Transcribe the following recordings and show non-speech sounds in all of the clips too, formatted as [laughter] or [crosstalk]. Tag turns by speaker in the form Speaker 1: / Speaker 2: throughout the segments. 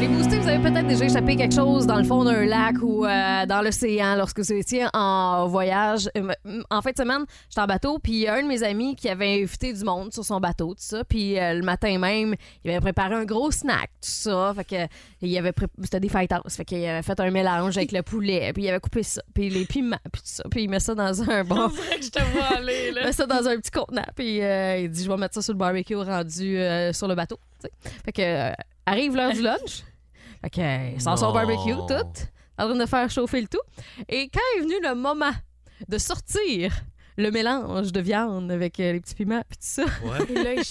Speaker 1: Les boostés, vous avez peut-être déjà échappé quelque chose dans le fond d'un lac ou euh, dans l'océan lorsque vous étiez en voyage. Euh, m- En fin de semaine, j'étais en bateau, puis il y a un de mes amis qui avait invité du monde sur son bateau, tout ça. Puis euh, le matin même, il avait préparé un gros snack, tout ça. Fait que il avait pré- c'était des fajitas. Fait qu'il avait fait un mélange avec le poulet, puis il avait coupé ça, puis les piments, puis tout ça. Puis il met ça dans
Speaker 2: [laughs]
Speaker 1: un bon
Speaker 2: Je te vois aller, là.
Speaker 1: met ça dans un petit contenant, puis euh, il dit Je vais mettre ça sur le barbecue rendu euh, sur le bateau. tu sais. Fait que euh, arrive l'heure du lunch. Fait que, euh, il sort son
Speaker 3: Non.
Speaker 1: barbecue, tout, en train de faire chauffer le tout. Et quand est venu le moment de sortir le mélange de viande avec euh, les petits piments, puis tout ça,
Speaker 3: Ouais.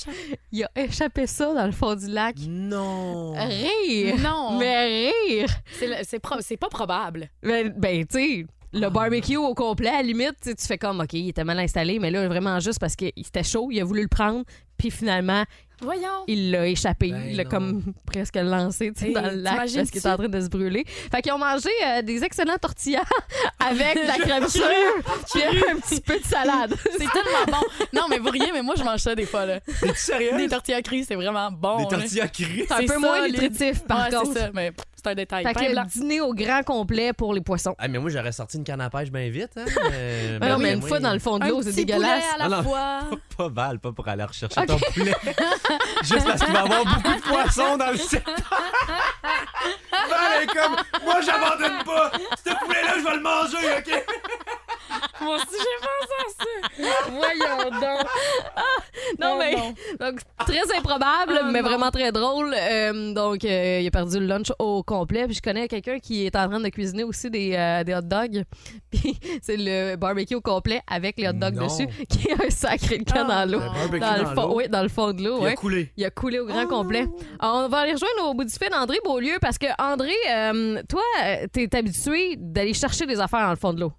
Speaker 1: il a échappé ça dans le fond du lac.
Speaker 3: Non.
Speaker 1: Euh, Rire!
Speaker 2: Non,
Speaker 1: Mais rire!
Speaker 2: c'est le- c'est pro- c'est pas probable.
Speaker 1: Ben, ben tu sais,
Speaker 2: Ah.
Speaker 1: le barbecue au complet, à la limite, tu sais, tu fais comme, OK, il était mal installé, mais là, vraiment juste parce qu'il était chaud, il a voulu le prendre, puis finalement,
Speaker 2: Voyons.
Speaker 1: il l'a échappé,
Speaker 3: Ben
Speaker 1: il l'a
Speaker 3: non.
Speaker 1: comme [laughs] presque lancé tu sais,
Speaker 2: Hey,
Speaker 1: dans le lac parce
Speaker 2: t'imagines-tu?
Speaker 1: qu'il était en train de se brûler. Fait qu'ils ont mangé euh, des excellents tortillas [laughs] avec
Speaker 2: [laughs]
Speaker 1: de la crème sure puis un petit peu de salade.
Speaker 2: C'est tellement bon. Non, mais vous riez, mais moi, je mange ça des fois, là.
Speaker 3: T'es sérieux?
Speaker 2: Des tortillas crues, c'est vraiment bon.
Speaker 3: Des
Speaker 2: là.
Speaker 3: tortillas criées.
Speaker 1: C'est un
Speaker 2: C'est
Speaker 1: peu
Speaker 2: ça,
Speaker 1: moins
Speaker 2: les-
Speaker 1: nutritif, par
Speaker 2: Ouais,
Speaker 1: contre.
Speaker 2: c'est ça, mais c'est un détail.
Speaker 1: Fait
Speaker 2: Pain
Speaker 1: que
Speaker 2: blanc.
Speaker 1: le dîner au grand complet pour les poissons.
Speaker 3: Ah, mais moi, j'aurais sorti une canne à pêche
Speaker 1: [laughs]
Speaker 3: bien vite. Hein? Euh,
Speaker 1: Ah non,
Speaker 3: ben
Speaker 1: mais
Speaker 3: oui,
Speaker 1: une
Speaker 3: oui.
Speaker 1: fois dans le fond de
Speaker 2: Un
Speaker 1: l'eau, c'est
Speaker 2: petit
Speaker 1: dégueulasse.
Speaker 2: poulet à
Speaker 3: Ah
Speaker 2: la
Speaker 3: non.
Speaker 2: fois.
Speaker 3: Pas mal, pas pour aller rechercher ton
Speaker 1: [laughs]
Speaker 3: poulet. Juste parce qu'il va y avoir beaucoup de poissons dans le secteur.
Speaker 1: [laughs]
Speaker 3: Val est comme, moi, j'abandonne pas. Ce poulet-là, je vais le manger, OK?
Speaker 1: [laughs]
Speaker 2: Moi aussi, j'ai pensé à ça.
Speaker 1: Voyons donc. non, mais
Speaker 2: Euh, non.
Speaker 1: [laughs] donc, très improbable,
Speaker 2: Ah,
Speaker 1: mais
Speaker 2: non.
Speaker 1: vraiment très drôle. Euh, donc, euh, il a perdu le lunch au complet. Puis je connais quelqu'un qui est en train de cuisiner aussi des, euh, des hot dogs. [laughs] Puis c'est le barbecue au complet avec les hot dogs
Speaker 3: Non.
Speaker 1: dessus, [laughs] qui est un sacré de camp
Speaker 2: Ah,
Speaker 1: dans l'eau.
Speaker 3: Un barbecue
Speaker 1: Dans, le
Speaker 3: dans
Speaker 1: fond,
Speaker 3: l'eau.
Speaker 1: oui, dans le fond de l'eau.
Speaker 3: Il
Speaker 1: ouais.
Speaker 3: a coulé.
Speaker 1: Il a coulé au grand
Speaker 2: Ah.
Speaker 1: complet. Alors, on va aller rejoindre au bout du fil André Beaulieu parce que André, euh, toi, euh, t'es habitué d'aller chercher des affaires dans le fond de l'eau.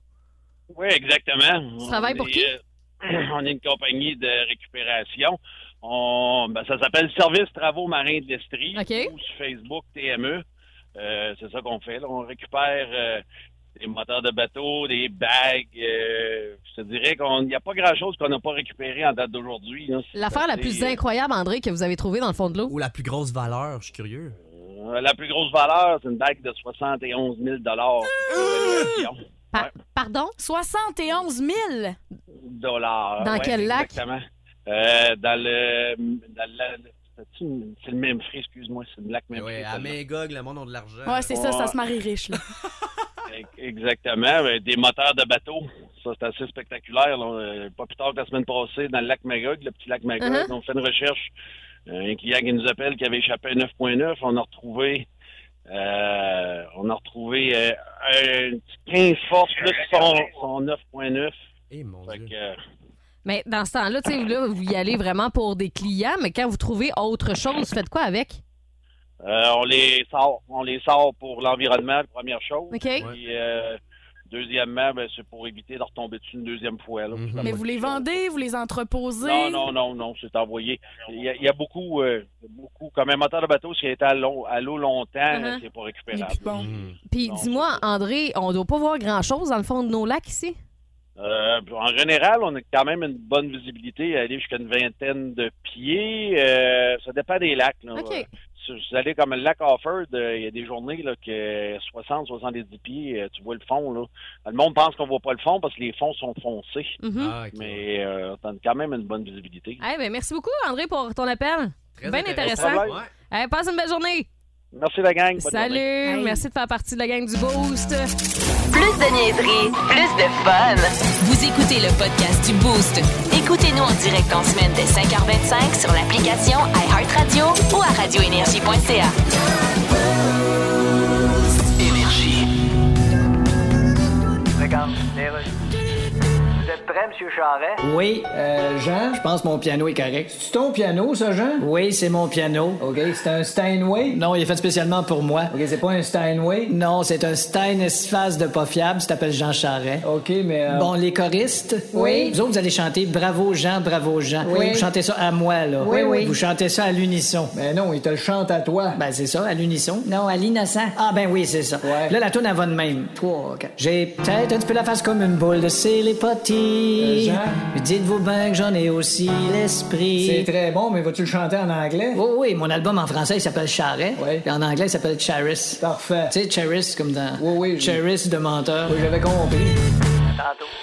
Speaker 4: Oui, exactement.
Speaker 1: Tu
Speaker 4: On
Speaker 1: travailles pour
Speaker 4: est,
Speaker 1: qui?
Speaker 4: euh, [clears throat] on est une compagnie de récupération. On, ben, ça s'appelle Service Travaux Marins de l'Estrie
Speaker 1: OK.
Speaker 4: ou sur Facebook TME. Euh, c'est ça qu'on fait. là. On récupère euh, des moteurs de bateau, des bagues. euh, je te dirais qu'il n'y a pas grand-chose qu'on n'a pas récupéré en date d'aujourd'hui. là. C'est
Speaker 1: L'affaire la
Speaker 4: assez,
Speaker 1: plus
Speaker 4: euh,
Speaker 1: incroyable, André, que vous avez trouvée dans le fond de l'eau.
Speaker 3: Ou la plus grosse valeur, je suis curieux.
Speaker 4: euh, La plus grosse valeur, c'est une bague de 71 000
Speaker 1: Ah! Pa- Pardon?
Speaker 2: 71 000.
Speaker 4: dollars.
Speaker 1: Dans quel lac?
Speaker 4: Exactement. Euh, dans le. Dans le c'est-tu une- c'est le même frais, excuse-moi, c'est le lac même
Speaker 3: Oui, à Magog, le monde a de l'argent.
Speaker 2: Ouais, c'est ça, ça se marie riche, là.
Speaker 4: Exactement. euh, Des moteurs de bateau. Ça, c'est assez spectaculaire. là. Euh, Pas plus tard que la semaine passée, dans le lac Magog, le petit lac Magog,
Speaker 1: Uh-huh.
Speaker 4: on fait une recherche. Euh, Un client qui nous appelle qui avait échappé à 9.9, on a retrouvé. euh, on a retrouvé euh, un petit 15 forces plus son, son 9.9.
Speaker 3: Eh, mon
Speaker 4: Fait
Speaker 3: Dieu.
Speaker 4: que, euh,
Speaker 1: Mais dans ce temps-là, tu sais, là, vous y allez vraiment pour des clients, mais quand vous trouvez autre chose, faites quoi avec?
Speaker 4: Euh, on les sort, on les sort pour l'environnement, première chose.
Speaker 1: OK?
Speaker 3: Ouais.
Speaker 4: Puis, euh, deuxièmement, ben, c'est pour éviter de retomber dessus une deuxième fois. là.
Speaker 3: Mhm.
Speaker 2: Mais vous les vendez, vous les entreposez.
Speaker 4: Non, non, non, non, c'est envoyé. Il y a, il y a beaucoup, euh, beaucoup, comme un moteur de bateau, s'il a été à l'eau à l'eau longtemps,
Speaker 1: Uh-huh.
Speaker 4: c'est pas
Speaker 2: Et
Speaker 4: récupérable.
Speaker 2: puis bon.
Speaker 3: Mhm.
Speaker 1: Puis
Speaker 4: Non,
Speaker 1: dis-moi,
Speaker 4: c'est
Speaker 1: André, on doit pas voir grand-chose dans le fond de nos lacs ici?
Speaker 4: Euh, en général, on a quand même une bonne visibilité, aller jusqu'à une vingtaine de pieds. Euh, ça dépend des lacs. là.
Speaker 1: OK.
Speaker 4: Euh, Si vous allez comme le lac Offord, euh, il y a des journées là, que 60, 70 pieds, euh, tu vois le fond. Là. Le monde pense qu'on voit pas le fond parce que les fonds sont foncés,
Speaker 1: Mhm.
Speaker 3: Ah, ok.
Speaker 4: mais euh, on a quand même une bonne visibilité.
Speaker 1: Eh ben, merci beaucoup, André, pour ton appel.
Speaker 3: Très
Speaker 1: ben intéressant.
Speaker 3: Ouais.
Speaker 1: Eh, passe une belle journée.
Speaker 4: Merci la gang. bonne
Speaker 1: Salut.
Speaker 4: journée.
Speaker 2: Bye.
Speaker 1: Merci de faire partie de la gang du Boost.
Speaker 5: Plus de niaiserie, plus de fun. Vous écoutez le podcast du Boost. Écoutez-nous en direct en semaine dès 5h25 sur l'application iHeartRadio ou à radioénergie.ca.
Speaker 6: Regarde, les rues. Vous êtes prêts? Charret, Monsieur Charret?
Speaker 7: Oui, euh, Jean, je pense que mon piano est correct. C'est ton piano, ça, Jean? Oui, c'est mon piano. OK, c'est un Steinway? Non, il est fait spécialement pour moi. OK, c'est pas un Steinway? Non, c'est un Stein Esphase de pas fiable, ça s'appelle Jean Charret. OK, mais... euh, Bon, les choristes?
Speaker 8: Oui.
Speaker 7: Vous autres, vous allez chanter « Bravo Jean, bravo Jean
Speaker 8: Oui.
Speaker 7: Vous chantez ça à moi, là.
Speaker 8: Oui, oui.
Speaker 7: Vous chantez ça à l'unisson. Ben non, il te le chante à toi. Ben c'est ça, à l'unisson. Non, à l'innocent. Ah ben oui, c'est ça. Là, la tourne, elle va de même. Trois, quatre. Euh, J'ai peut-être un petit peu la face comme une boule de célépati.
Speaker 8: Euh,
Speaker 7: Mais Dites-vous bien que j'en ai aussi l'esprit.
Speaker 8: C'est
Speaker 7: très bon, mais vas-tu le chanter en anglais? Oui, oui, mon album en français, il s'appelle Charret. Puis en anglais, il s'appelle Charis. Parfait. Tu sais, Charis, comme dans... Oui, oui. Charis de menteur. Oui, j'avais compris.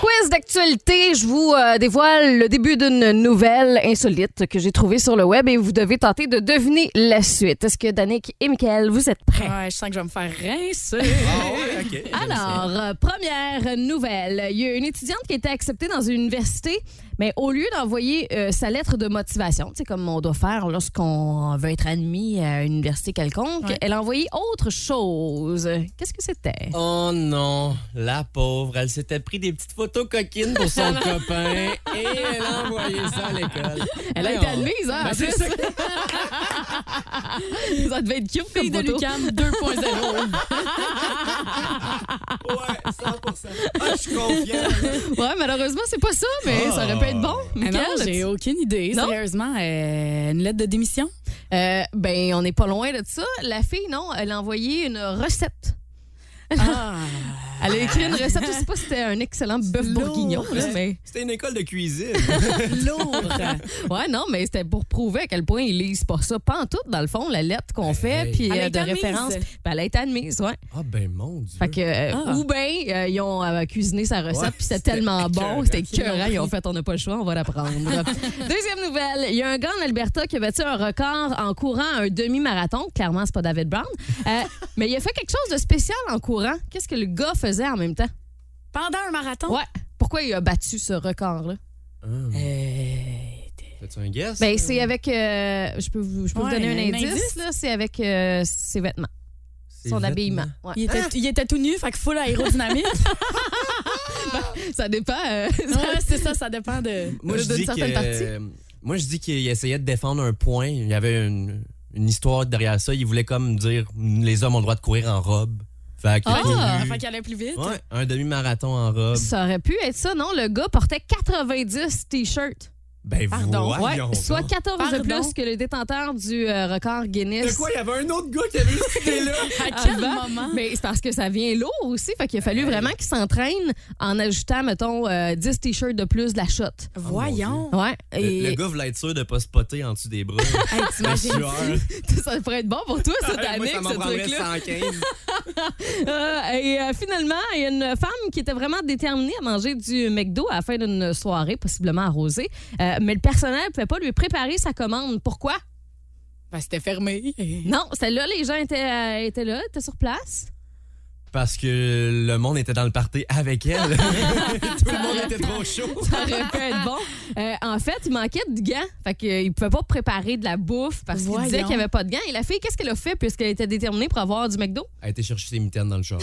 Speaker 1: Quiz d'actualité, je vous euh, dévoile le début d'une nouvelle insolite que j'ai trouvée sur le web et vous devez tenter de deviner la suite. Est-ce que Danick et Michael, vous êtes prêts?
Speaker 2: Ouais, je sens que je vais me faire rincer.
Speaker 1: Alors, euh, première nouvelle. Il y a une étudiante qui a été acceptée dans une université, mais au lieu d'envoyer euh, sa lettre de motivation, tu sais, comme on doit faire lorsqu'on veut être admis à une université quelconque, elle a envoyé autre chose. Qu'est-ce que c'était?
Speaker 3: Oh non, la pauvre, elle s'était pris des petites photos coquines pour
Speaker 2: [laughs]
Speaker 3: son copain et elle a envoyé ça à l'école.
Speaker 2: Elle a été
Speaker 3: Voyons.
Speaker 2: admise, hein,
Speaker 3: Ben,
Speaker 2: en
Speaker 3: c'est
Speaker 2: plus.
Speaker 3: ça.
Speaker 1: Ça devait être cute
Speaker 2: Fille de
Speaker 1: photo.
Speaker 2: Lucam 2.0.
Speaker 3: Ah, je suis confiant.
Speaker 1: Ouais, malheureusement, c'est pas ça, mais
Speaker 3: Ah.
Speaker 1: ça aurait pu être bon.
Speaker 2: Mais non,
Speaker 1: Michael,
Speaker 2: j'ai
Speaker 1: tu-
Speaker 2: aucune idée.
Speaker 1: Non?
Speaker 2: Sérieusement, euh, une lettre de démission?
Speaker 1: Euh, ben, on n'est pas loin de ça. La fille, non, elle a envoyé une recette.
Speaker 2: Ah,
Speaker 1: Elle a écrit une recette. Je sais pas si c'était un excellent bœuf
Speaker 2: Lourd.
Speaker 1: bourguignon, là, mais.
Speaker 3: C'était une école de cuisine.
Speaker 2: [laughs]
Speaker 3: Ah,
Speaker 2: lourd.
Speaker 1: Ouais, non, mais c'était pour prouver à quel point ils lisent pas ça. Pas en tout, dans le fond, la lettre qu'on fait,
Speaker 3: hey.
Speaker 1: puis
Speaker 2: Elle a
Speaker 1: euh, de
Speaker 2: été admise.
Speaker 1: référence. Ben, elle a été admise, ouais.
Speaker 3: Ah ben mon Dieu.
Speaker 1: Fait que, euh,
Speaker 2: Ah.
Speaker 1: Ou bien, ils ont euh, cuisiné sa recette,
Speaker 3: Ouais,
Speaker 1: puis c'était
Speaker 3: c'était
Speaker 1: tellement bon,
Speaker 3: écœurant.
Speaker 1: c'était écœurant. Ils ont fait, on n'a pas le choix, on va la
Speaker 3: [laughs]
Speaker 1: prendre. Deuxième nouvelle, il y a un gars en Alberta qui a battu un record en courant un demi-marathon. Clairement, c'est pas David Brown. Euh,
Speaker 3: [laughs]
Speaker 1: mais il a fait quelque chose de spécial en courant. Qu'est-ce que le gars faisait en même temps?
Speaker 2: Pendant un marathon?
Speaker 1: Ouais. Pourquoi il a battu ce record-là?
Speaker 3: Ah,
Speaker 2: Euh,
Speaker 3: Fais-tu un guess?
Speaker 1: Ben, c'est avec. euh, je peux vous, je peux vous
Speaker 2: Ouais,
Speaker 1: donner un,
Speaker 2: un
Speaker 1: indice,
Speaker 2: indice?
Speaker 1: là. C'est avec euh, ses vêtements,
Speaker 3: C'est
Speaker 1: son
Speaker 3: vêtement.
Speaker 1: habillement. [laughs] Ouais.
Speaker 2: Il était, il était tout nu, fait que full aérodynamique.
Speaker 1: Ça dépend. euh,
Speaker 2: [laughs] ouais, c'est ça, ça dépend de.
Speaker 3: Moi
Speaker 1: D'une
Speaker 3: je, dis
Speaker 1: certaine
Speaker 3: que, euh,
Speaker 1: partie.
Speaker 3: moi, je dis qu'il essayait de défendre un point. Il y avait une, une histoire derrière ça. Il voulait comme dire les hommes ont le droit de courir en robe. Fait qu'il a
Speaker 2: Ah,
Speaker 3: couru.
Speaker 2: fait qu'il allait plus vite.
Speaker 3: Ouais, un demi-marathon en
Speaker 1: [laughs]
Speaker 3: robe.
Speaker 1: Ça aurait pu être ça, non? Le gars portait 90 t-shirts.
Speaker 3: Ben
Speaker 2: Pardon.
Speaker 3: voyons
Speaker 1: Ouais, soit
Speaker 3: donc.
Speaker 1: 14 de
Speaker 2: Pardon.
Speaker 1: plus que le détenteur du euh, record Guinness.
Speaker 3: De quoi, il y avait un autre gars qui avait [laughs] eu cette idée-là?
Speaker 2: À
Speaker 1: Avant.
Speaker 2: quel moment?
Speaker 1: Mais Ben, c'est parce que ça vient lourd aussi. Fait qu'il a fallu vraiment qu'il s'entraîne en ajoutant, mettons, euh, 10 t-shirts de plus de la shot.
Speaker 2: Voyons.
Speaker 1: Ouais.
Speaker 3: Oh Le,
Speaker 1: Et
Speaker 3: le gars voulait être sûr de pas se poter en dessous des bras.
Speaker 2: Hey, t'imagines?
Speaker 3: Le sueur.
Speaker 1: [laughs] ça pourrait être bon pour toi, ça,
Speaker 3: [laughs] Moi,
Speaker 1: Danick,
Speaker 3: ça m'en
Speaker 1: ce
Speaker 3: prendrait
Speaker 1: truc-là.
Speaker 3: 115.
Speaker 1: Euh, et euh, finalement, il y a une femme qui était vraiment déterminée à manger du McDo à la fin d'une soirée, possiblement arrosée. Euh, mais le personnel ne pouvait pas lui préparer sa commande. Pourquoi?
Speaker 2: Ben, c'était [laughs] fermé.
Speaker 1: Non, celle-là, les gens étaient, euh, étaient là, étaient sur place.
Speaker 3: Parce que le monde était dans le party avec [laughs] elle. Tout le monde était trop chaud.
Speaker 1: Ça aurait
Speaker 2: [laughs]
Speaker 1: pu être bon. Euh, en fait, il manquait de gants. Fait qu'il ne pouvait pas préparer de la bouffe parce qu'il
Speaker 2: Voyons.
Speaker 1: disait qu'il n'y avait pas de gants. Et la fille, qu'est-ce qu'elle a fait puisqu'elle était déterminée pour avoir du McDo?
Speaker 3: Elle était chercher ses mitaines dans le char.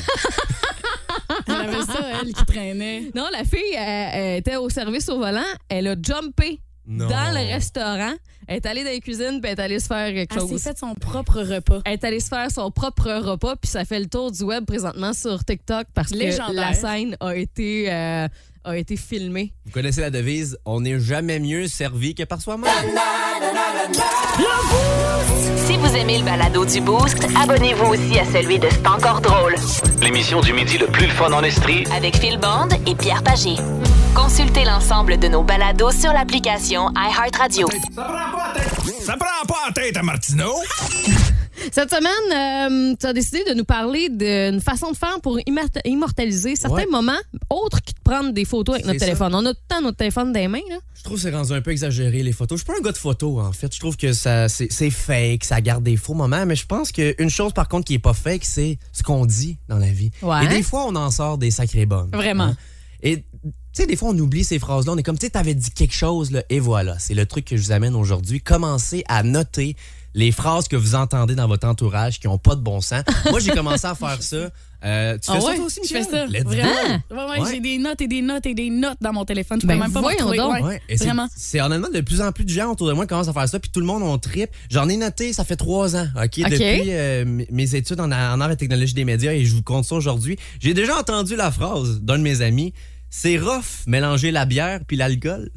Speaker 2: Elle avait ça, elle, qui traînait.
Speaker 1: Non, la fille, euh, elle était au service au volant. Elle a jumpé
Speaker 3: Non.
Speaker 1: dans le restaurant. Elle est allée dans les cuisines puis elle est allée se faire quelque
Speaker 2: Elle s'est
Speaker 1: chose.
Speaker 2: fait son propre repas.
Speaker 1: Elle est allée se faire son propre repas, puis ça fait le tour du web présentement sur TikTok parce que
Speaker 2: Légendaire.
Speaker 1: la scène a été, euh, a été filmée.
Speaker 3: Vous connaissez la devise on n'est jamais mieux servi que par soi-même.
Speaker 5: Si vous aimez le balado du Boost, abonnez-vous aussi à celui de C'est encore drôle
Speaker 6: L'émission du midi le plus le fun en Estrie.
Speaker 5: avec Phil Bond et Pierre Pagé. Consultez l'ensemble de nos balados sur l'application iHeartRadio.
Speaker 9: Ça prend pas la tête à Martineau.
Speaker 1: Cette semaine, euh, tu as décidé de nous parler d'une façon de faire pour immorta- immortaliser certains
Speaker 3: Ouais.
Speaker 1: moments autres que de prendre des photos avec notre
Speaker 3: C'est ça.
Speaker 1: téléphone. On a tout le temps notre téléphone dans les mains. Là.
Speaker 3: Je trouve que c'est rendu un peu exagéré, les photos. Je suis pas un gars de photos, en fait. Je trouve que ça c'est c'est fake, ça garde des faux moments. Mais je pense qu'une chose, par contre, qui est pas fake, c'est ce qu'on dit dans la vie.
Speaker 1: Ouais.
Speaker 3: Et des fois, on en sort des sacrées bonnes.
Speaker 2: Vraiment.
Speaker 3: Hein? Et tu sais, des fois, on oublie ces phrases-là. On est comme, tu sais, t'avais dit quelque chose, là, et voilà. C'est le truc que je vous amène aujourd'hui. Commencez à noter les phrases que vous entendez dans votre entourage qui n'ont pas de bon sens. Moi, j'ai commencé à faire ça. Euh, tu fais
Speaker 2: Ah
Speaker 3: ça
Speaker 2: ouais?
Speaker 3: toi aussi,
Speaker 2: Je fais
Speaker 3: Michel?
Speaker 2: ça.
Speaker 3: Let's go.
Speaker 2: Vraiment? Ouais,
Speaker 3: Ouais.
Speaker 2: J'ai des notes et des notes et des notes dans mon téléphone. Je
Speaker 1: Ben,
Speaker 2: peux même pas me
Speaker 1: voyons
Speaker 2: retrouver.
Speaker 1: donc.
Speaker 2: Ouais.
Speaker 3: Ouais, et c'est-
Speaker 2: Vraiment.
Speaker 3: C'est honnêtement de plus en plus de gens autour de moi qui commencent à faire ça, puis tout le monde on trip. J'en ai noté, ça fait trois ans, ok, depuis euh, m- mes études en, en arts et technologie des médias, et je vous compte ça aujourd'hui. J'ai déjà entendu la phrase d'un de mes amis. C'est rough mélanger la bière puis l'alcool.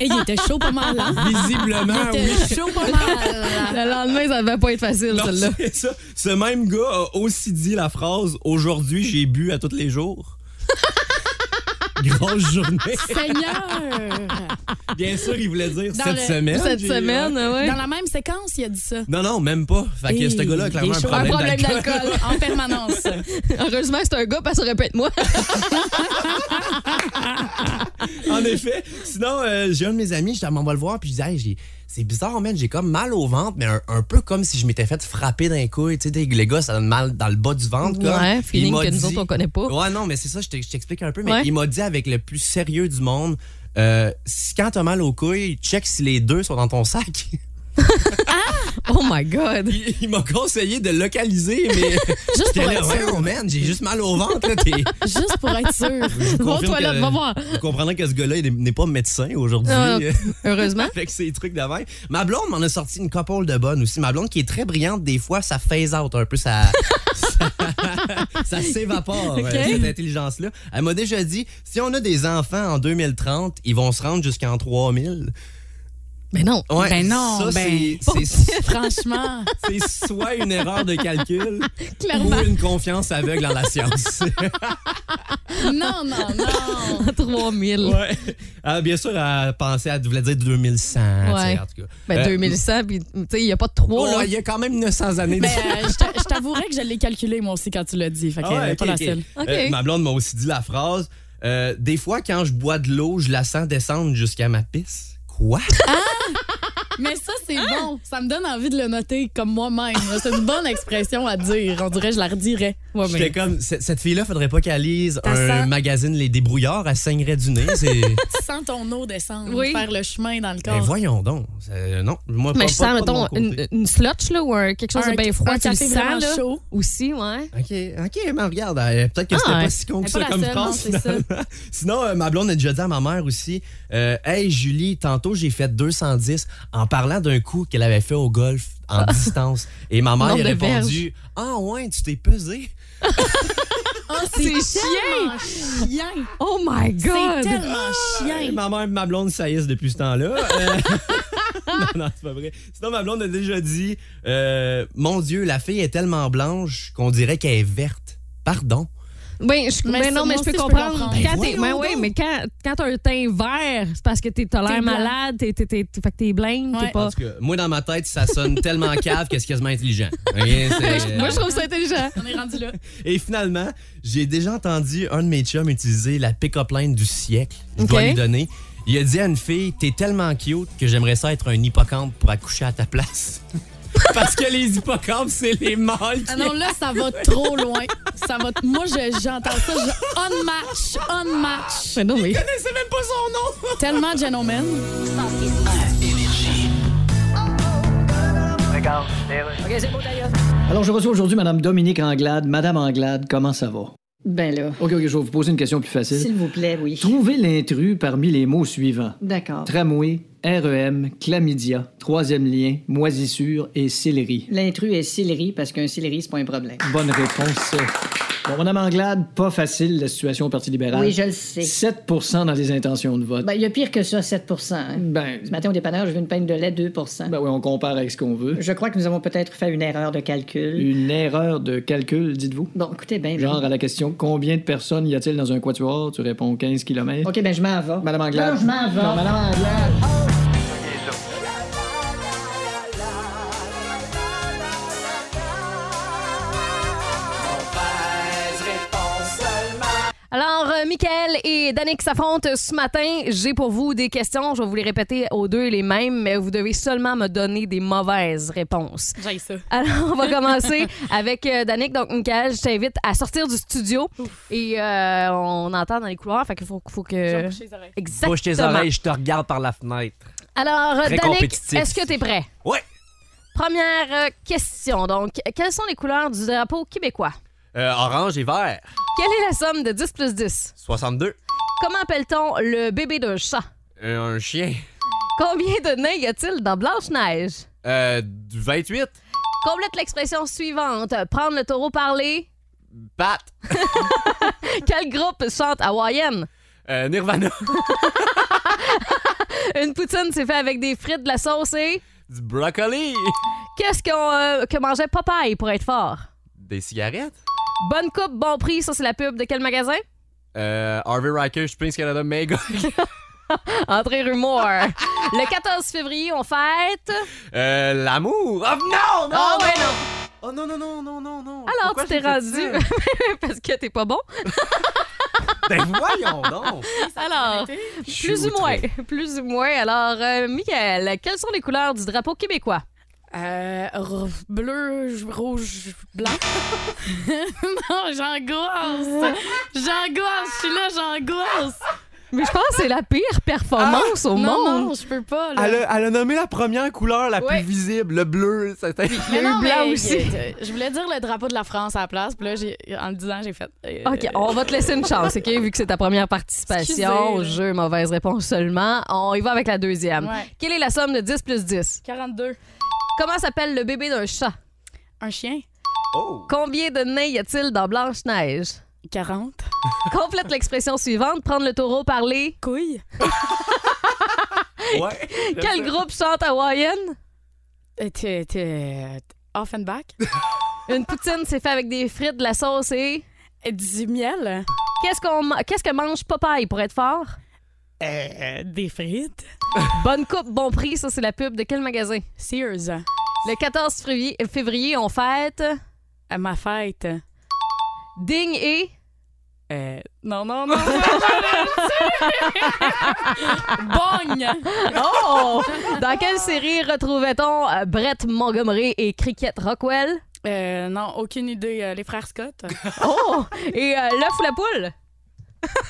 Speaker 2: Et il était chaud pas mal.
Speaker 1: [laughs]
Speaker 2: hein?
Speaker 3: Visiblement,
Speaker 2: Il était chaud pas mal.
Speaker 1: Le lendemain, ça devait pas être facile,
Speaker 3: [laughs] Non,
Speaker 1: celle-là.
Speaker 3: c'est ça. Ce même gars a aussi dit la phrase Aujourd'hui, j'ai bu à tous les jours. [laughs] Grosse journée.
Speaker 2: Seigneur!
Speaker 3: Bien sûr, il voulait dire
Speaker 2: Dans
Speaker 3: cette
Speaker 2: le-
Speaker 3: semaine.
Speaker 1: Cette
Speaker 3: j'ai-
Speaker 1: semaine, ouais.
Speaker 2: Dans la même séquence, il a dit ça.
Speaker 3: Non, non, même pas. Fait que
Speaker 2: Hey,
Speaker 3: ce gars-là a clairement
Speaker 2: il est
Speaker 3: un
Speaker 2: chaud.
Speaker 3: problème,
Speaker 1: Un problème
Speaker 3: d'alcool.
Speaker 1: d'alcool.
Speaker 2: En permanence.
Speaker 1: [laughs] Heureusement que c'est un gars, parce que ça aurait pu être moi.
Speaker 3: [laughs] En effet. Sinon, euh, j'ai un de mes amis, je m'en vais le voir, puis je dis, Hey, j'ai- c'est bizarre, man, j'ai comme mal au ventre, mais un, un peu comme si je m'étais fait frapper d'un coup. Tu sais, les gars, ça donne mal dans le bas du ventre. comme.
Speaker 1: Ouais,
Speaker 3: Il
Speaker 1: feeling
Speaker 3: m'a
Speaker 1: que nous
Speaker 3: dit-
Speaker 1: autres, on connaît pas.
Speaker 3: Ouais, non, mais c'est ça, je t'ex- je t'explique un peu, mais
Speaker 1: Ouais.
Speaker 3: il m'a dit avec le plus sérieux du monde, euh, si- quand t'as mal aux couilles, check si les deux sont dans ton sac. [laughs]
Speaker 1: Oh my [laughs] God.
Speaker 3: Il, il m'a conseillé de localiser,
Speaker 1: [laughs]
Speaker 3: mais
Speaker 2: Juste
Speaker 3: j'étais
Speaker 2: pour
Speaker 3: là,
Speaker 2: être sûr.
Speaker 3: ouais, man, j'ai juste mal au ventre. Là, t'es-
Speaker 2: Juste pour être sûr.
Speaker 3: Je vous
Speaker 1: Va aux
Speaker 3: confirme
Speaker 1: toilettes,
Speaker 3: que-
Speaker 1: va voir.
Speaker 3: Vous comprendrez que ce gars-là, il n'est pas médecin aujourd'hui.
Speaker 1: Ah,
Speaker 3: euh,
Speaker 1: Heureusement.
Speaker 3: [laughs] avec ses trucs de même. Ma blonde m'en a sorti une couple de bonnes aussi. Ma blonde qui est très brillante, des fois, ça phase out un peu, ça, [laughs] ça, ça s'évapore, euh, cette intelligence-là. Elle m'a déjà dit, si on a des enfants en 2030, ils vont se rendre jusqu'en 3000.
Speaker 1: Mais non.
Speaker 3: Ouais,
Speaker 2: Ben non,
Speaker 3: ça,
Speaker 2: ben,
Speaker 3: c'est- [laughs] c'est...
Speaker 2: Franchement.
Speaker 3: c'est soit une erreur de calcul ou
Speaker 1: [laughs] Clairement.
Speaker 3: une confiance aveugle en
Speaker 1: [laughs]
Speaker 3: la science.
Speaker 2: Non, non, non.
Speaker 1: 3000.
Speaker 3: Ouais. Ah, bien sûr, elle pensait, elle voulait dire 2100. tu sais,
Speaker 1: Ouais.
Speaker 3: en tout cas.
Speaker 1: Ben,
Speaker 3: Euh,
Speaker 1: 2100, puis tu sais, il n'y a pas de 3,
Speaker 3: oh,
Speaker 1: là.
Speaker 3: il y a quand même 900 années
Speaker 1: Ben,
Speaker 2: Mais
Speaker 3: de-
Speaker 2: euh, je t'a- je t'avouerais que je l'ai calculé moi aussi quand tu l'as dit. Fait que
Speaker 3: Ah ouais,
Speaker 2: euh, pas
Speaker 3: ok,
Speaker 2: la
Speaker 3: ok.
Speaker 2: seule.
Speaker 1: Ok.
Speaker 3: Euh, ma blonde m'a aussi dit la phrase euh, Des fois, quand je bois de l'eau, je la sens descendre jusqu'à ma pisse.
Speaker 1: [laughs]
Speaker 3: Quoi?
Speaker 1: Ah,
Speaker 2: Mais ça, c'est bon. Ça me donne envie de le noter comme moi-même. là. C'est une bonne expression à dire. On dirait, je la redirais. Ouais, mais-
Speaker 3: J'étais comme, C- cette fille-là, faudrait pas qu'elle lise
Speaker 2: Ça
Speaker 3: un
Speaker 2: sent-
Speaker 3: magazine Les Débrouillards, elle saignerait du nez.
Speaker 1: [laughs]
Speaker 3: C'est...
Speaker 2: Tu sens ton eau descendre,
Speaker 1: Oui.
Speaker 2: faire le chemin dans le
Speaker 3: Ben,
Speaker 2: corps.
Speaker 3: voyons donc. C'est- non, moi, pas,
Speaker 1: Mais je
Speaker 3: pas-
Speaker 1: sens,
Speaker 3: pas de mon
Speaker 1: mettons,
Speaker 3: côté.
Speaker 1: une, une slotch, là, ou un- quelque chose
Speaker 2: Un-
Speaker 1: de bien froid,
Speaker 2: un
Speaker 1: tu le
Speaker 2: café
Speaker 1: sens,
Speaker 2: vraiment
Speaker 1: là.
Speaker 2: chaud.
Speaker 1: Aussi, ouais.
Speaker 3: OK, OK, mais regarde, euh, peut-être que
Speaker 1: Ah,
Speaker 3: c'était
Speaker 1: ouais.
Speaker 3: pas si con
Speaker 2: Elle
Speaker 3: que
Speaker 2: est
Speaker 3: ça
Speaker 2: pas la
Speaker 3: comme
Speaker 2: seule, non,
Speaker 3: phrase.
Speaker 2: c'est ça.
Speaker 3: finalement. [laughs] Sinon, euh, ma blonde a déjà dit à ma mère aussi euh, Hey Julie, tantôt j'ai fait 210 en parlant d'un coup qu'elle avait fait au golf
Speaker 2: [laughs]
Speaker 3: en distance. Et ma mère
Speaker 1: Nombre
Speaker 3: a
Speaker 1: de
Speaker 3: répondu Ah ouais, tu t'es pesé.
Speaker 2: Oh,
Speaker 1: C'est
Speaker 2: tellement chien.
Speaker 1: Oh my
Speaker 2: C'est
Speaker 1: God!
Speaker 2: tellement
Speaker 3: Et
Speaker 2: chien.
Speaker 3: ma mère et ma blonde saillissent depuis
Speaker 2: [laughs]
Speaker 3: ce temps-là. Euh, [laughs] non, non, c'est pas vrai. Sinon, ma blonde a déjà dit euh, Mon Dieu, la fille est tellement blanche qu'on dirait qu'elle est verte. Pardon.
Speaker 1: Ben, je,
Speaker 2: Mais
Speaker 1: ben
Speaker 2: ça,
Speaker 1: non,
Speaker 2: moi
Speaker 1: mais je
Speaker 2: aussi,
Speaker 1: peux
Speaker 2: je peux
Speaker 1: comprendre.
Speaker 2: comprendre.
Speaker 3: Ben,
Speaker 1: Quand t'es-
Speaker 3: voyons
Speaker 1: ben oui,
Speaker 3: donc.
Speaker 1: mais quand, quand t'as un teint vert, c'est parce que t'es- t'as
Speaker 2: T'es
Speaker 1: l'air
Speaker 2: blanc.
Speaker 1: malade, t'es, t'es, t'es- fait que t'es blême, t'es
Speaker 2: Ouais.
Speaker 1: pas.
Speaker 3: En tout cas, moi, dans ma tête,
Speaker 1: [laughs]
Speaker 3: ça sonne tellement cave que c'est quasiment intelligent. Ok, c'est- euh,
Speaker 1: Moi, je trouve ça intelligent.
Speaker 2: On est rendu là.
Speaker 3: Et finalement, j'ai déjà entendu un de mes chums utiliser la pick-up line du siècle. Je dois
Speaker 1: Ok.
Speaker 3: lui donner. Il a dit à une fille T'es tellement cute que j'aimerais ça être un hippocampe pour accoucher à ta place. [laughs] Parce que les hippocampes, c'est les mâles.
Speaker 2: Ah non, là, ça va trop loin. Ça va t- Moi, je- j'entends ça. je- On match, on match.
Speaker 1: Mais non, mais.
Speaker 3: Mais c'est même pas son nom.
Speaker 2: Tellement gentleman.
Speaker 7: Alors, je reçois aujourd'hui Madame Dominique Anglade. Madame Anglade, comment ça va?
Speaker 8: Ben là,
Speaker 7: OK, OK, je vais vous poser une question plus facile.
Speaker 8: s'il vous plaît, oui.
Speaker 7: Trouvez l'intrus parmi les mots suivants.
Speaker 8: D'accord.
Speaker 7: Tramway, REM, chlamydia, troisième lien, moisissure et céleri.
Speaker 8: L'intrus est céleri parce qu'un céleri, c'est pas un problème.
Speaker 7: Bonne réponse. Bon, Madame Anglade, pas facile la situation au Parti libéral.
Speaker 8: Oui, je le sais.
Speaker 7: 7 dans les intentions de vote.
Speaker 8: Ben, il y a pire que ça, 7 hein.
Speaker 7: Ben,
Speaker 8: Ce matin, au dépanneur, je veux une peine de lait, 2
Speaker 7: ben oui, on compare avec ce qu'on veut.
Speaker 8: Je crois que nous avons peut-être fait une erreur de calcul.
Speaker 7: Une erreur de calcul, dites-vous.
Speaker 8: Bon, écoutez bien.
Speaker 7: Genre à la question combien de personnes y a-t-il dans un quatuor Tu réponds 15 km.
Speaker 8: OK, ben, je m'en vais.
Speaker 7: Madame Anglade.
Speaker 8: Non, je m'en vais.
Speaker 7: Non, Madame Anglade.
Speaker 1: Alors, euh, Mickaël et Danick s'affrontent ce matin. J'ai pour vous des questions. Je vais vous les répéter aux deux les mêmes, mais vous devez seulement me donner des mauvaises réponses.
Speaker 2: J'ai ça.
Speaker 1: [laughs] Alors, on va commencer avec euh, Danick. Donc, Mickaël, je t'invite à sortir du studio. Et euh, on entend dans les couloirs, fait qu'il faut, faut que... Exactement.
Speaker 3: je te regarde par la fenêtre.
Speaker 1: Alors,
Speaker 3: Très
Speaker 1: Danick,
Speaker 3: compétitif.
Speaker 1: est-ce que t'es prêt?
Speaker 3: Ouais.
Speaker 1: Première euh, question, donc. Quelles sont les couleurs du drapeau québécois?
Speaker 3: Euh, orange et vert.
Speaker 1: Quelle est la somme de 10 plus 10?
Speaker 3: 62.
Speaker 1: Comment appelle-t-on le bébé d'un chat?
Speaker 3: Euh, un chien.
Speaker 1: Combien de nains y a-t-il dans Blanche-Neige?
Speaker 3: Euh, du 28.
Speaker 1: Complète l'expression suivante. Prendre le taureau par les... [laughs]
Speaker 3: Pat.
Speaker 1: Quel groupe chante hawaïenne?
Speaker 3: Euh, Nirvana. [laughs]
Speaker 1: Une poutine, c'est fait avec des frites, de la sauce et...
Speaker 3: du brocoli.
Speaker 1: Qu'est-ce qu'on, euh, que mangeait Popeye pour être fort?
Speaker 3: Des cigarettes.
Speaker 1: Bonne coupe, bon prix, ça c'est la pub de quel magasin?
Speaker 3: Euh, Harvey Riker, Springs Canada, Mega.
Speaker 1: Entrée rumeur.
Speaker 3: [laughs]
Speaker 1: le 14 février, on fête.
Speaker 3: Euh, l'amour. Oh non, non,
Speaker 1: Oh, ouais,
Speaker 3: non. Oh non, non, non, non, non, non.
Speaker 1: Alors,
Speaker 3: Pourquoi
Speaker 1: tu t'es
Speaker 3: j'ai fait
Speaker 1: rendu. [laughs] Parce que t'es pas bon.
Speaker 3: ça? ben voyons donc.
Speaker 1: Alors,
Speaker 3: Je
Speaker 1: plus
Speaker 3: suis
Speaker 1: ou moins.
Speaker 3: outré.
Speaker 1: Plus ou moins. Alors, euh, Michael, quelles sont les couleurs du drapeau québécois?
Speaker 2: Euh, r- bleu, j- rouge, blanc. [laughs] non, j'angoisse. J'angoisse. Je suis là, j'angoisse.
Speaker 1: Mais je pense que c'est la pire performance au
Speaker 2: Ah, Non,
Speaker 1: monde.
Speaker 2: non, je peux pas. Là.
Speaker 3: [laughs] Elle a, elle a nommé la première couleur la
Speaker 1: Ouais.
Speaker 3: plus visible, le bleu. C'était...
Speaker 1: Il y a eu
Speaker 2: non,
Speaker 1: blanc
Speaker 2: mais,
Speaker 1: aussi.
Speaker 2: euh, Je voulais dire le drapeau de la France à la place, puis là, j'ai- en le disant, j'ai fait. euh,
Speaker 1: OK, on va te laisser une chance, OK? Vu que c'est ta première participation au
Speaker 2: Excusez,
Speaker 1: jeu, mauvaise réponse seulement. On y va avec la deuxième.
Speaker 2: Ouais.
Speaker 1: Quelle est la somme de 10 plus 10?
Speaker 2: 42.
Speaker 1: Comment s'appelle le bébé d'un chat?
Speaker 2: Un chien.
Speaker 3: Oh.
Speaker 1: Combien de nains y a-t-il dans Blanche-Neige?
Speaker 2: 40.
Speaker 1: Complète l'expression suivante. Prendre le taureau par les...
Speaker 2: Couille.
Speaker 3: [laughs] [laughs] Ouais.
Speaker 1: Quel groupe chante hawaïenne?
Speaker 2: Euh, T'es. t'es- Off and [laughs] back.
Speaker 1: Une poutine, c'est fait avec des frites, de la sauce et...
Speaker 2: Euh, Du miel.
Speaker 1: Qu'est-ce, qu'on ma- Qu'est-ce que mange Popeye pour être fort?
Speaker 2: Euh, des frites.
Speaker 1: Bonne coupe, bon prix, ça c'est la pub de quel magasin?
Speaker 2: Sears.
Speaker 1: Le 14 février, février on fête
Speaker 2: À Euh, ma fête.
Speaker 1: Ding et...
Speaker 2: Euh, non, non, non.
Speaker 1: [laughs]
Speaker 2: Bogne.
Speaker 1: [laughs] Oh! Dans quelle série retrouvait-on euh, Brett Montgomery et Cricket Rockwell?
Speaker 2: Euh, non, aucune idée. Euh, les frères Scott.
Speaker 1: Oh! Et euh, l'œuf ou la poule?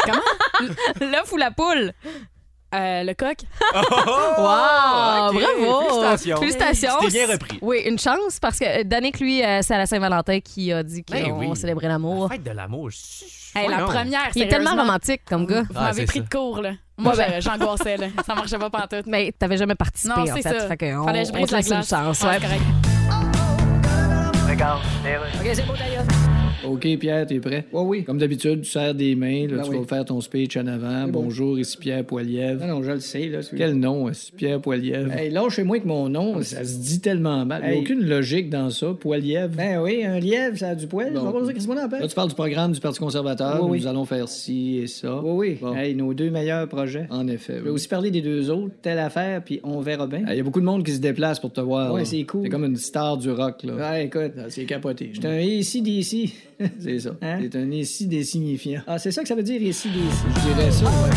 Speaker 1: Comment? L'œuf ou la poule?
Speaker 2: Euh, le coq.
Speaker 1: Wow!
Speaker 3: Oh, ok.
Speaker 1: Bravo!
Speaker 3: Félicitations.
Speaker 1: Félicitations.
Speaker 3: Tu t'es bien repris.
Speaker 1: Oui, une chance parce que euh, Danick, lui, euh, c'est à la Saint-Valentin qui a dit qu'on
Speaker 3: Ben oui.
Speaker 1: célébrait l'amour.
Speaker 3: La fête de l'amour.
Speaker 2: Hey, la première,
Speaker 1: Il est tellement
Speaker 2: sérieusement.
Speaker 1: romantique comme gars.
Speaker 2: Vous
Speaker 3: Ah,
Speaker 2: m'avez
Speaker 3: c'est
Speaker 2: pris
Speaker 3: ça.
Speaker 2: de court, là. Moi,
Speaker 1: Ouais,
Speaker 2: j'a- j'angoissais, là. Ça marchait pas pantoute.
Speaker 1: Mais t'avais jamais participé
Speaker 2: Non,
Speaker 1: en
Speaker 2: c'est
Speaker 1: fait.
Speaker 2: ça.
Speaker 1: Fait que on,
Speaker 2: Fallait que je
Speaker 1: on
Speaker 2: brise
Speaker 1: te
Speaker 2: la
Speaker 1: laisse une
Speaker 2: glace.
Speaker 1: chance.
Speaker 2: Ah,
Speaker 1: ouais.
Speaker 2: c'est correct.
Speaker 6: Regarde,
Speaker 7: OK, Pierre, t'es prêt? Oui, oui. Comme d'habitude, tu serres des mains,
Speaker 8: Ben
Speaker 7: là, tu vas faire ton speech en avant. Bonjour, ici Pierre Poilievre.
Speaker 8: Non, non, je le sais, là. celui-là.
Speaker 7: Quel nom, est-ce, Pierre Poilievre?
Speaker 8: Hey, lâchez-moi que mon nom.
Speaker 7: Ça se dit tellement mal. Il y a
Speaker 8: Hey.
Speaker 7: aucune logique dans ça, Poilievre.
Speaker 8: Ben oui, un lièvre, ça a du poil.
Speaker 7: Bon.
Speaker 8: On va pas dire qu'est-ce qu'on en
Speaker 7: Là,
Speaker 8: appelle.
Speaker 7: tu parles du programme du Parti conservateur.
Speaker 8: Oui, oui.
Speaker 7: Nous allons faire ci et ça.
Speaker 8: Oui, oui.
Speaker 7: Bon.
Speaker 8: Hey, nos deux meilleurs projets.
Speaker 7: En effet.
Speaker 8: Je vais
Speaker 7: oui.
Speaker 8: aussi parler des deux autres, telle affaire, puis on verra bien.
Speaker 7: Il y a beaucoup de monde qui se déplace pour te voir.
Speaker 8: Ouais,
Speaker 7: là.
Speaker 8: c'est cool.
Speaker 7: T'es comme une star du rock, là.
Speaker 8: Ouais, écoute,
Speaker 7: Ah, C'est capoté. je
Speaker 8: c'est un ici d'ici.
Speaker 7: te- C'est ça.
Speaker 8: Hein?
Speaker 7: C'est un ici des signifiants.
Speaker 8: ah, c'est ça que ça veut dire ici d'ici.
Speaker 7: Je dirais ça, ouais.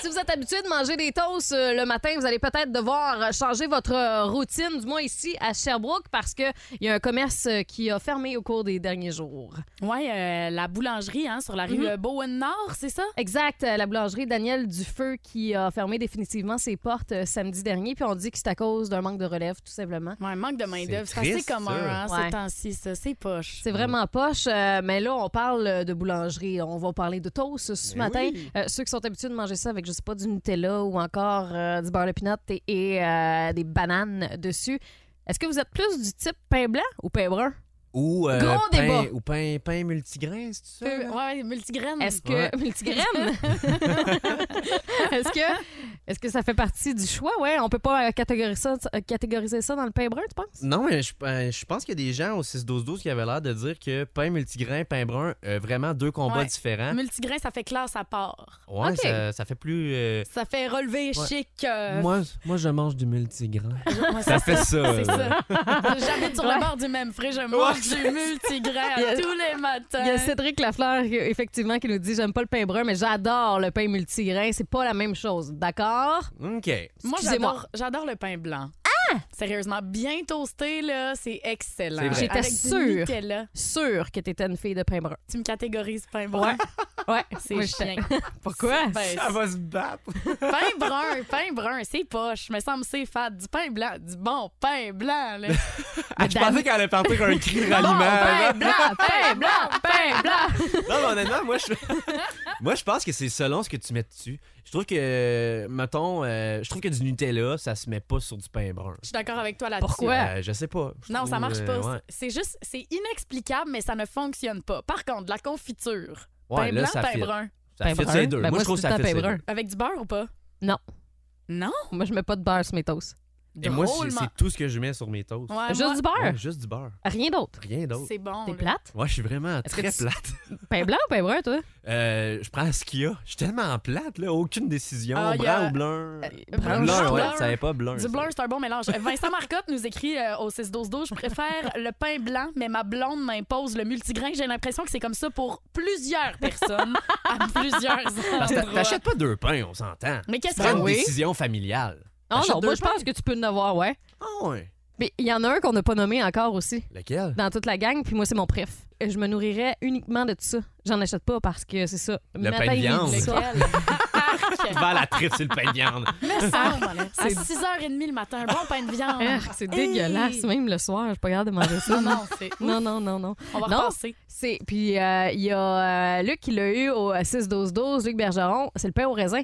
Speaker 1: Si vous êtes habitué de manger des toasts euh, le matin, vous allez peut-être devoir euh, changer votre euh, routine, du moins ici à Sherbrooke, parce qu'il y a un commerce euh, qui a fermé au cours des derniers jours.
Speaker 2: Ouais, euh, la boulangerie, hein, sur la rue
Speaker 1: Mhm.
Speaker 2: euh, Bowen-Nord, c'est ça?
Speaker 1: Exact. euh, La boulangerie Daniel Dufeu qui a fermé définitivement ses portes euh, samedi dernier. Puis on dit que c'est à cause d'un manque de relève, tout simplement.
Speaker 2: Ouais, manque de main-d'œuvre.
Speaker 3: C'est
Speaker 2: C'est assez
Speaker 3: triste,
Speaker 2: commun, hein,
Speaker 3: ça.
Speaker 1: Ouais.
Speaker 2: ces temps-ci, ça. C'est poche.
Speaker 1: C'est vraiment poche. euh, mais là, on parle euh, de boulangerie. On va parler de toast ce
Speaker 3: Mais
Speaker 1: matin.
Speaker 3: oui.
Speaker 1: Euh, ceux qui sont habitués de manger ça avec, je sais pas, du Nutella ou encore euh, du beurre de pinot et, et, euh, des bananes dessus. Est-ce que vous êtes plus du type pain blanc ou pain brun?
Speaker 3: Ou, euh,
Speaker 1: Gros
Speaker 3: pain,
Speaker 1: débat.
Speaker 3: ou pain, pain multigrain, c'est ça?
Speaker 2: Peu- Euh, Ouais, multigraines.
Speaker 1: Est-ce que [laughs]
Speaker 3: Ouais.
Speaker 2: [laughs]
Speaker 1: multigraines? est-ce que est-ce que ça fait partie du choix Ouais, on peut pas euh, catégoriser ça, euh, catégoriser ça dans le pain brun, tu penses
Speaker 3: Non, mais je, euh, je pense qu'il y a des gens au 6-12-12 qui avaient l'air de dire que pain multigrain, pain brun, euh, vraiment deux combats
Speaker 2: Ouais.
Speaker 3: différents.
Speaker 2: Hein? Multigrain, ça fait classe à part.
Speaker 3: Ouais,
Speaker 1: Ok.
Speaker 3: ça, ça fait plus. euh,
Speaker 2: Ça fait relever
Speaker 3: Ouais.
Speaker 2: chic. euh,
Speaker 3: Moi, moi, je mange du multigrain.
Speaker 2: [laughs] ouais,
Speaker 3: ça euh, fait ça.
Speaker 2: C'est
Speaker 3: là.
Speaker 2: ça. [laughs] J'habite sur
Speaker 1: Ouais.
Speaker 2: le bord du même frais, je mange du
Speaker 3: [laughs]
Speaker 1: Il y a-
Speaker 2: multigrain tous les matins.
Speaker 1: Il y a Cédric Lafleur, qui- effectivement, qui nous dit J'aime pas le pain brun, mais j'adore le pain multigrain. C'est pas la même chose. D'accord
Speaker 3: OK.
Speaker 2: Moi,
Speaker 1: Excusez-moi. Ah!
Speaker 2: j'adore- j'adore le pain blanc. Sérieusement, bien toasté, là, c'est excellent.
Speaker 3: C'est vrai.
Speaker 1: J'étais
Speaker 2: Avec du
Speaker 1: sûre.
Speaker 2: Nutella.
Speaker 1: Sûre que t'étais une fille de pain brun.
Speaker 2: Tu me catégorises pain brun. [laughs]
Speaker 1: Ouais,
Speaker 2: C'est chien.
Speaker 1: [laughs] Pourquoi?
Speaker 2: Ben,
Speaker 9: Elle va se battre.
Speaker 2: pain brun, pain brun, c'est poche. Me semble c'est fat. Du pain blanc, du bon pain blanc. Là.
Speaker 9: Ah, je pensais qu'elle allait partir un cri de
Speaker 2: ben,
Speaker 9: ralliement.
Speaker 1: pain blanc, pain blanc, pain blanc.
Speaker 3: Non, mais honnêtement, moi, je, [laughs] moi, je pense que c'est selon ce que tu mets dessus. Je trouve que, mettons, euh, je trouve que du Nutella, ça se met pas sur du pain brun.
Speaker 2: Je suis d'accord avec toi là-dessus.
Speaker 1: Pourquoi? Ouais.
Speaker 3: Euh, je sais pas. Je
Speaker 2: Non,
Speaker 3: trouve,
Speaker 2: ça marche
Speaker 3: euh,
Speaker 2: pas.
Speaker 3: ouais.
Speaker 2: C'est juste, c'est inexplicable, mais ça ne fonctionne pas. Par contre, de la confiture,
Speaker 3: Ouais,
Speaker 2: pain
Speaker 3: là,
Speaker 2: blanc,
Speaker 3: ça
Speaker 2: pain
Speaker 3: fit.
Speaker 2: brun,
Speaker 3: Ça fit ces deux. Ben, moi, je trouve que ça fait
Speaker 1: pain brun.
Speaker 2: avec du beurre ou pas?
Speaker 1: Non.
Speaker 2: Non?
Speaker 1: Moi, je mets pas de beurre sur mes toasts.
Speaker 3: Et moi, c'est-
Speaker 2: Drôlement.
Speaker 3: c'est tout ce que je mets sur mes toasts.
Speaker 2: Ouais,
Speaker 1: Juste
Speaker 2: Ah, moi, Ah,
Speaker 1: du beurre.
Speaker 3: Ouais, juste du beurre.
Speaker 1: Rien d'autre.
Speaker 3: Rien d'autre.
Speaker 2: c'est bon.
Speaker 1: T'es
Speaker 2: là.
Speaker 1: plate?
Speaker 3: Ouais, je suis vraiment
Speaker 1: Est-ce que
Speaker 3: très
Speaker 1: tu-
Speaker 3: plate.
Speaker 1: Pain blanc ou pain brun, toi?
Speaker 3: Euh, je prends ce qu'il y a. Je suis tellement plate, là. Aucune décision.
Speaker 2: Ah, il y
Speaker 3: brun
Speaker 2: a-
Speaker 3: ou blanc.
Speaker 2: brun,
Speaker 3: Blanc, ouais.
Speaker 2: blanc.
Speaker 3: Ça n'est pas blanc.
Speaker 2: Du
Speaker 3: ça.
Speaker 2: bleu, c'est un bon mélange. Euh,
Speaker 1: [laughs]
Speaker 2: Vincent Marcotte nous écrit euh, au 6-12-12 Je préfère le pain blanc, mais ma blonde m'impose le multigrain. J'ai l'impression que c'est comme ça pour plusieurs personnes,
Speaker 1: [laughs]
Speaker 2: à plusieurs
Speaker 3: Parce que t'a-
Speaker 2: endroits.
Speaker 3: t'achètes pas deux pains, on s'entend.
Speaker 2: Mais qu'est-ce
Speaker 3: Tu prends
Speaker 1: Ben
Speaker 2: que
Speaker 3: une
Speaker 2: Ben oui?
Speaker 3: décision familiale.
Speaker 1: Ah
Speaker 3: Achète
Speaker 1: non,
Speaker 3: deux
Speaker 1: moi, je
Speaker 3: pains.
Speaker 1: pense que tu peux en avoir, ouais.
Speaker 3: Ah ouais.
Speaker 1: Mais il y en a un qu'on n'a pas nommé encore aussi,
Speaker 2: [laughs]
Speaker 3: Lequel?
Speaker 1: dans toute la gang, puis moi, c'est mon préf. Je me nourrirais uniquement de tout ça. J'en achète pas parce que c'est ça.
Speaker 3: Le
Speaker 1: Matin,
Speaker 3: pain de
Speaker 1: midi,
Speaker 3: viande.
Speaker 1: soir.
Speaker 2: Lequel? Arc!
Speaker 3: Va à la trip sur le pain de viande.
Speaker 2: Me semble, à 6h30 le matin, un bon pain de viande.
Speaker 1: Ah, C'est dégueulasse, même le soir, je suis pas capable de manger ça.
Speaker 2: Non, non, c'est.
Speaker 1: Non, non, non, non.
Speaker 2: On va
Speaker 1: Non,
Speaker 2: repasser.
Speaker 1: C'est puis euh, il y a euh, Luc qui l'a eu au 6 12 12 Luc Bergeron, c'est le pain au raisin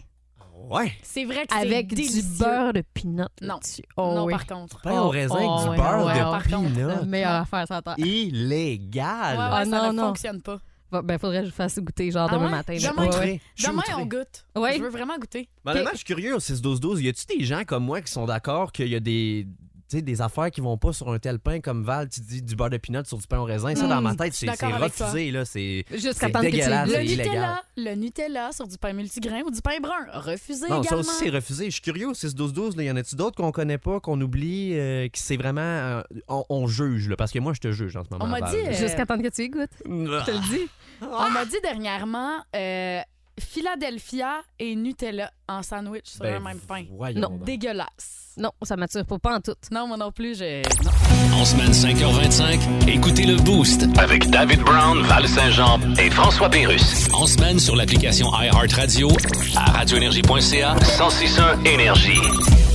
Speaker 3: Ouais.
Speaker 2: C'est vrai que c'est
Speaker 1: avec du
Speaker 2: délicieux.
Speaker 1: beurre de pinot
Speaker 3: Ah.
Speaker 2: Non.
Speaker 1: là-dessus. Oh,
Speaker 2: non,
Speaker 1: oui.
Speaker 2: par contre.
Speaker 3: Pain au raisin avec
Speaker 1: oh,
Speaker 3: du
Speaker 1: ouais,
Speaker 3: beurre
Speaker 1: ouais, ouais,
Speaker 3: de
Speaker 1: par
Speaker 2: contre. euh,
Speaker 3: peanut.
Speaker 1: La
Speaker 2: Ah.
Speaker 1: meilleure affaire sur la terre.
Speaker 3: Illégal.
Speaker 2: Ouais, ouais,
Speaker 1: Ah,
Speaker 2: ça
Speaker 1: non,
Speaker 2: ne
Speaker 1: non.
Speaker 2: fonctionne pas.
Speaker 1: Va- Ben faudrait que je fasse goûter genre
Speaker 2: Ah
Speaker 1: demain
Speaker 2: ouais?
Speaker 1: matin.
Speaker 3: Je suis
Speaker 2: Demain,
Speaker 1: Ouais, ouais.
Speaker 3: outré. Je suis
Speaker 2: Demain,
Speaker 3: outré.
Speaker 2: on goûte.
Speaker 1: Ouais.
Speaker 2: Je veux vraiment goûter.
Speaker 3: Mais honnêtement, je suis Ben, curieux au 6-12-12. Y a-tu des gens comme moi qui sont d'accord qu'il y a des, tu sais, des affaires qui vont pas sur un tel pain comme Val, tu dis du beurre de peanut sur du pain au raisin? Ça, dans ma tête, c'est
Speaker 2: Hmm, je suis
Speaker 3: c'est
Speaker 2: d'accord avec toi.
Speaker 3: refusé. là. C'est
Speaker 1: Jusqu'à
Speaker 3: c'est
Speaker 1: temps que tu
Speaker 3: dégueulasse,
Speaker 1: le
Speaker 2: Le
Speaker 3: c'est illégal.
Speaker 2: Nutella, le Nutella sur du pain multigrain ou du pain brun, refusé
Speaker 3: Non, ça
Speaker 2: également.
Speaker 3: aussi, c'est refusé. Je suis curieux au 6-12-12. là, Y en a-tu d'autres qu'on connaît pas, qu'on oublie, euh, qui c'est vraiment. euh, on, on juge, là, parce que moi, je te juge en ce moment.
Speaker 2: On m'a
Speaker 3: Val. Ah,
Speaker 2: dit, euh,
Speaker 1: Jusqu'à temps que tu y goûtes. Je te le dis.
Speaker 2: On m'a dit dernièrement euh, Philadelphia et Nutella en sandwich sur
Speaker 3: Ben,
Speaker 2: un même pain.
Speaker 3: voyons
Speaker 1: Non,
Speaker 3: donc.
Speaker 2: Dégueulasse.
Speaker 1: Non, ça m'attire pas, pas en tout.
Speaker 2: Non, moi non plus, j'ai.
Speaker 10: En semaine 5h25, écoutez le Boost.
Speaker 6: Avec David Brown, Val Saint-Jean et François Pérus.
Speaker 10: En semaine sur l'application iHeartRadio, à radioénergie.ca.
Speaker 6: 1061 Énergie.